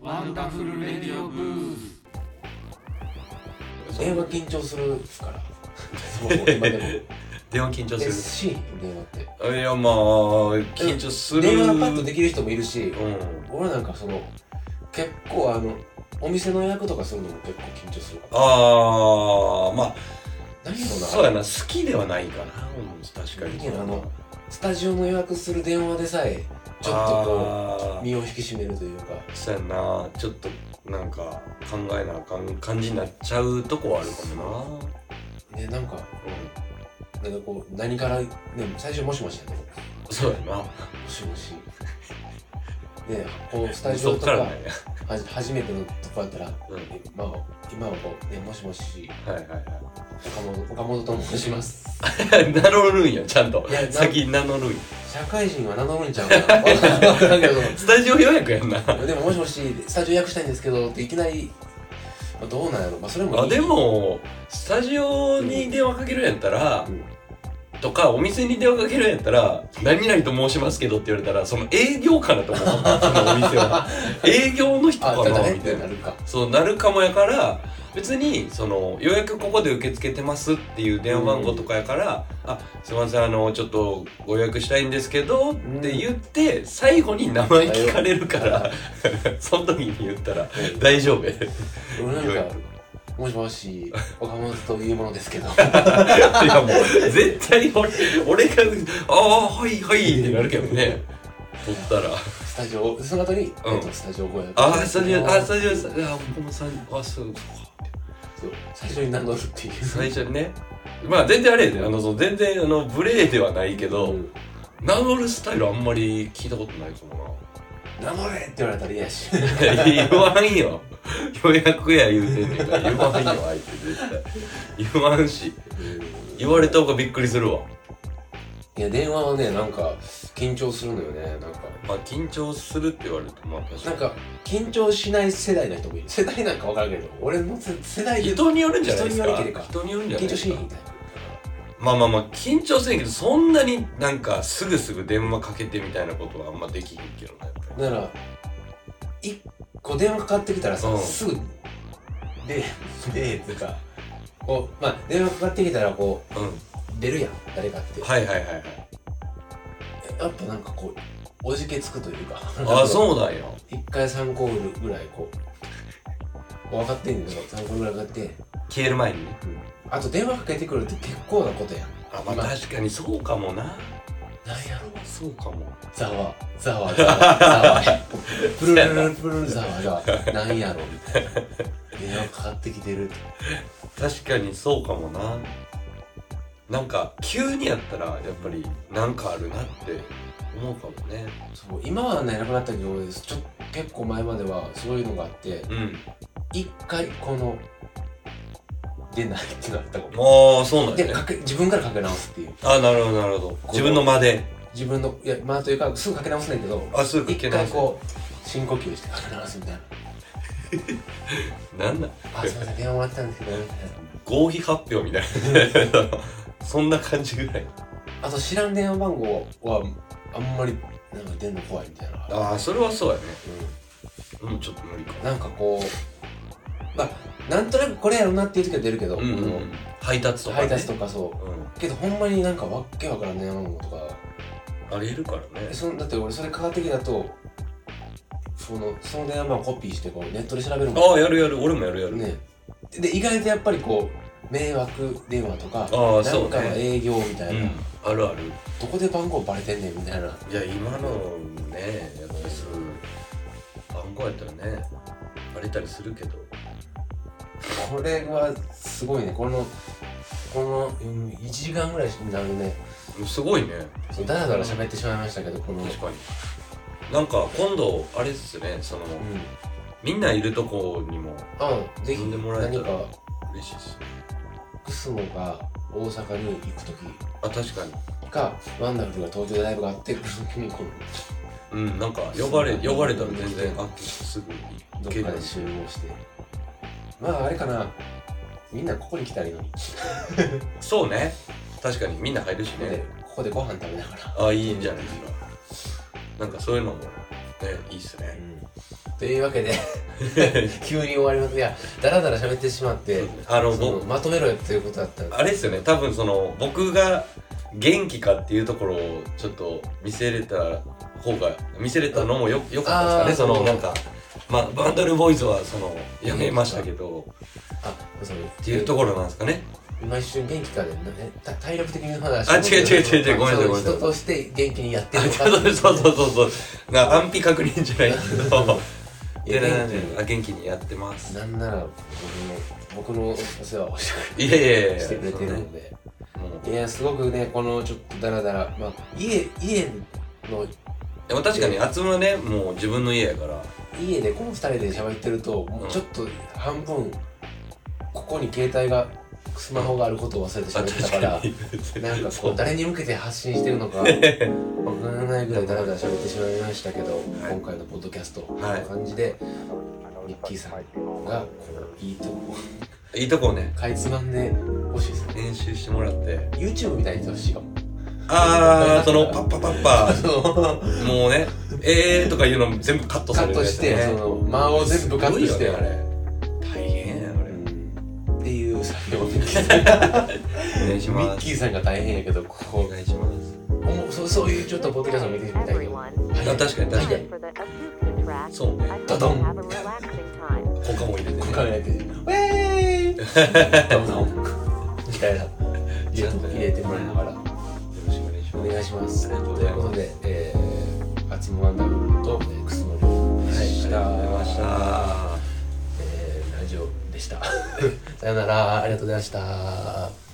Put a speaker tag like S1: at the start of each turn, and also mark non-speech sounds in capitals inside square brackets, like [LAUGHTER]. S1: ワンダフルレディオブース
S2: 電話緊張するから。そう今で
S3: 電話緊張
S2: も。[LAUGHS]
S3: す
S2: で
S3: る
S2: すし、電話って。
S3: いやまあ緊張する
S2: 電話パッとできる人もいるし、
S3: うん
S2: 俺なんかその、結構あの、お店の予約とかするのも結構緊張する。
S3: ああまあ
S2: 何やろうな。
S3: そうやな好きではないかなうん確かに
S2: いやあのスタジオの予約する電話でさえ、ちょっとこ
S3: あ
S2: う、
S3: ー
S2: 身を引き締めるというか。
S3: そうやなちょっとなんか考えなあかん感じになっちゃうとこはあるかも
S2: ね、なんか、
S3: なう
S2: なんかこう、何から、ね、最初もしもしだけど、
S3: んそうやな
S2: もしもし。ね、こう、スタジオ
S3: そっ
S2: と
S3: か、
S2: から
S3: ね
S2: はじ初めてのとこやったら、
S3: うん
S2: えまあ、今はこう、ね、もしもし、
S3: はいはいはい
S2: 岡本岡本と申します。
S3: [LAUGHS] 名乗るんやちゃんと
S2: いやな
S3: 先名乗るんや
S2: 社会人は名乗るんちゃうかな。わからんけど
S3: スタジオ予約やんな
S2: [LAUGHS] でももしもし、スタジオ予約したいんですけど、っていきなり、まあ、どうなんやろ、まあ、それもいい。
S3: あでもスタジオに電話かけるんやったら、
S2: うん
S3: とかお店に電話かけるんやったら「何々と申しますけど」って言われたらその営業かなと思うそのお
S2: [LAUGHS]
S3: 店は営業の人
S2: あ、
S3: か
S2: ただ
S3: な
S2: ね、っ
S3: みた
S2: て
S3: いな
S2: なるか。
S3: そうなるかもやから別にその予約ここで受け付けてますっていう電話番号とかやから「あすいませんあのちょっとご予約したいんですけど」って言って最後に名前聞かれるから [LAUGHS] その時に言ったら「大丈夫やで」
S2: 俺なん
S3: 予
S2: か
S3: 約、
S2: もしもし、岡本というものです
S3: [LAUGHS]
S2: けど、
S3: いやもう絶対俺俺が「ああはいはい」ってなるけどね取ったら「
S2: スタジオ、その後に、
S3: うん
S2: えっと、スタジオご予約。
S3: ああスタジオあスタジオさあ岡本さんあそうか
S2: そう最初に名乗るっていう。
S3: 最初にねまあ全然あれやであのその全然あの無礼ではないけど、
S2: うん
S3: 名乗るスタイルあんまり聞いたことないかも
S2: 名乗れって言われたら嫌やし。
S3: な言わんよ予約や言うてんねんから言わんよ相手絶対言わんし言われた方がびっくりするわ
S2: いや、電話はね、なんか、緊張するのよね、なんか。
S3: まあ緊張するって言われるとまあ確か
S2: なん
S3: に
S2: か、緊張しない世代の人もいる。世代なんかわからんけど、俺の世世代で
S3: 人によるんじゃないですか
S2: 人によるけどか
S3: 人によるんじゃな
S2: 緊
S3: い
S2: 張
S3: です
S2: し
S3: か
S2: ないみたいな。
S3: まあまあまあ緊張せんけどそんなになんかすぐすぐ電話かけてみたいなことはあんまできへんけどなやっぱり
S2: なら一個電話かかってきたらさ、
S3: うん
S2: すぐ「で」「で」ってかこうまあ電話かかってきたらこ
S3: うん
S2: う出るやん誰かって、
S3: はいはいはいはい
S2: やっぱなんかこうおじけつくというか
S3: あ
S2: う
S3: そうなんや
S2: 一回3コールぐらいこう分かってんねんけど3コールぐらいかかって
S3: 消える前にね
S2: あと電話かけてくるって結構なことやん
S3: あまあ確かにそうかもな
S2: なんやろ
S3: そうかも
S2: ざわざわざわざわプルルルルプルルざわざわなんやろみたいな電話かかってきてるって
S3: 確かにそうかもななんか急にやったらやっぱりなんかあるなって思うかもね
S2: そう今はねなくなったけど俺ちょ結構前まではそういうのがあって
S3: うん
S2: 一回この出ないってなったこと
S3: ああそうなんや
S2: で
S3: ね
S2: かけ自分からかけ直すっていう
S3: あなるほどなるほど自分の間で
S2: 自分のいやまあというかすぐかけ直すねんだけど
S3: あすぐ
S2: 一
S3: 消えな
S2: 回
S3: い
S2: こう深呼吸してかけ直すみたいな
S3: なんなん
S2: 「あすいません電話もらってたんですけど」みたい
S3: 合否発表みたい [LAUGHS] なそんな感じぐらい
S2: なあと知らん電話番号はあんまりなんか出んの怖いみたいな、
S3: ああそれはそうやね
S2: う
S3: うんちょっと無理か
S2: ん、なんかこうまあなんとなくこれやろなっていう時は出るけど、
S3: うん、う
S2: こ
S3: ん
S2: の
S3: うん、配達とか、ね、
S2: 配達とかそう
S3: うん
S2: けどほんまになんかわっけわからん電話番号とか
S3: ありえるからね
S2: えそんだって俺それ科学的だとそのその電話番号コピーしてこうネットで調べるも
S3: ああやるやる俺もやるやる、
S2: んねでで意外とやっぱりこう迷惑電話とか
S3: ああ
S2: な
S3: そうん
S2: かの
S3: ね
S2: 営業みたい
S3: う
S2: な、
S3: んあるある
S2: どこで番号バレてんねんみたいない
S3: や今のねやっぱりそう番号やったらねバレたりするけど
S2: これはすごいねこのこのうん1時間ぐらいになるね
S3: すごいね
S2: そうだらだら喋ってしまいましたけどこの、うん
S3: 確、かになんか今度あれっすねその、みんないるとこにも
S2: あぜひ
S3: 呼んでもらえた
S2: 何
S3: ら
S2: か
S3: 嬉しいっすね
S2: クスモが大阪に行く時
S3: あ確かに
S2: かワンダフルが東京でライブがあってくる時にこの
S3: うんなんか呼ばれ
S2: そう
S3: 呼ばれたら全然あすぐ行
S2: ど
S3: け
S2: っか
S3: る
S2: で集合してまああれかなみんなここに来たらいいのに、
S3: そうね確かにみんな入るし
S2: で
S3: ね
S2: ここでご飯食べながら
S3: あいいんじゃないですかなんかそういうのもいいっす
S2: う
S3: ね。
S2: んというわけで [LAUGHS] 急に終わりますいやだらだら喋ってしまって
S3: あの、
S2: その
S3: 僕、
S2: まとめろよっていうことだったんで
S3: あれですよね、多分その、僕が元気かっていうところをちょっと見せれた方が、見せれたのもよよかったですかね、
S2: あー
S3: その、なんか、まあ、バンドルボーイズはその、やめましたけど、
S2: あそう
S3: っていうところなんですかね。
S2: 今一瞬元気かで、ね、た体力的に話
S3: あ違う違う違う違うごめんなさ
S2: そ
S3: い
S2: う
S3: ごめんなさい
S2: 人として元気にやって
S3: あ
S2: るのか
S3: [LAUGHS] そうそうそうそうそう。な安否確認じゃないけど、
S2: い
S3: で
S2: や
S3: な
S2: 元気に
S3: あ元気にやってます。
S2: なんなら僕の僕のお世話をして
S3: いやいやいや、
S2: してくれてる
S3: そうね
S2: ので、
S3: もう
S2: いやすごくねこのちょっとダラダラまあ家家の
S3: でも確かに、あつむはね、もう自分の家やから、
S2: 家でこの二人で喋ってるともうちょっと半分ここに携帯がスマホがあることを忘れて喋
S3: あ
S2: ってたか
S3: 確
S2: ら
S3: かに。
S2: なんかこ
S3: そうう
S2: 誰に向けて発信してるのかわからないぐらいダラダラ喋ってしまいましたけど、
S3: い
S2: 今回のポッドキャストこん
S3: は
S2: ない感じで、ミッキーさんがこういいとこ
S3: いいとこをね、
S2: かいつまんでほしいですね
S3: 練習してもらって。
S2: YouTube みたいにしてほしいかも
S3: あー、その、パッパパッパ。もうね、えーとかいうの全部カット
S2: カ
S3: さ
S2: ッ
S3: れる
S2: ト
S3: や
S2: し
S3: つ
S2: て、
S3: ね
S2: その間を全部カットして、
S3: すごいよねあれ。大変やね、
S2: うんっていう作
S3: [LAUGHS]
S2: 業をミッキーさんミ
S3: あれ。お願いし
S2: ッ
S3: ます。
S2: キーさんが大変やけどこ
S3: お願いします。
S2: うおもそうそういうちょっとポッドキャストを見てみたいけど
S4: Everyone,
S3: あ確かに確かに。
S4: for the acoustic
S2: [LAUGHS]
S4: track,
S3: そう
S4: I
S3: ね。
S4: hope you have a relaxing time.
S3: 他も入れてね。
S2: ここに入れてウェーイどうぞみたいなちょっと入れてもらいながら
S3: よろしくお願いし
S2: お
S3: ます。
S2: 願いします
S3: ありがとうご
S2: と
S3: ざ
S2: い
S3: いう
S2: こ
S3: ます
S2: とでえーアツモワンダブルとえークスモリで
S3: はい、あ
S2: し
S3: り
S2: た
S3: がとうございました。
S2: [LAUGHS] えーラジオでしたさよならありがとうございました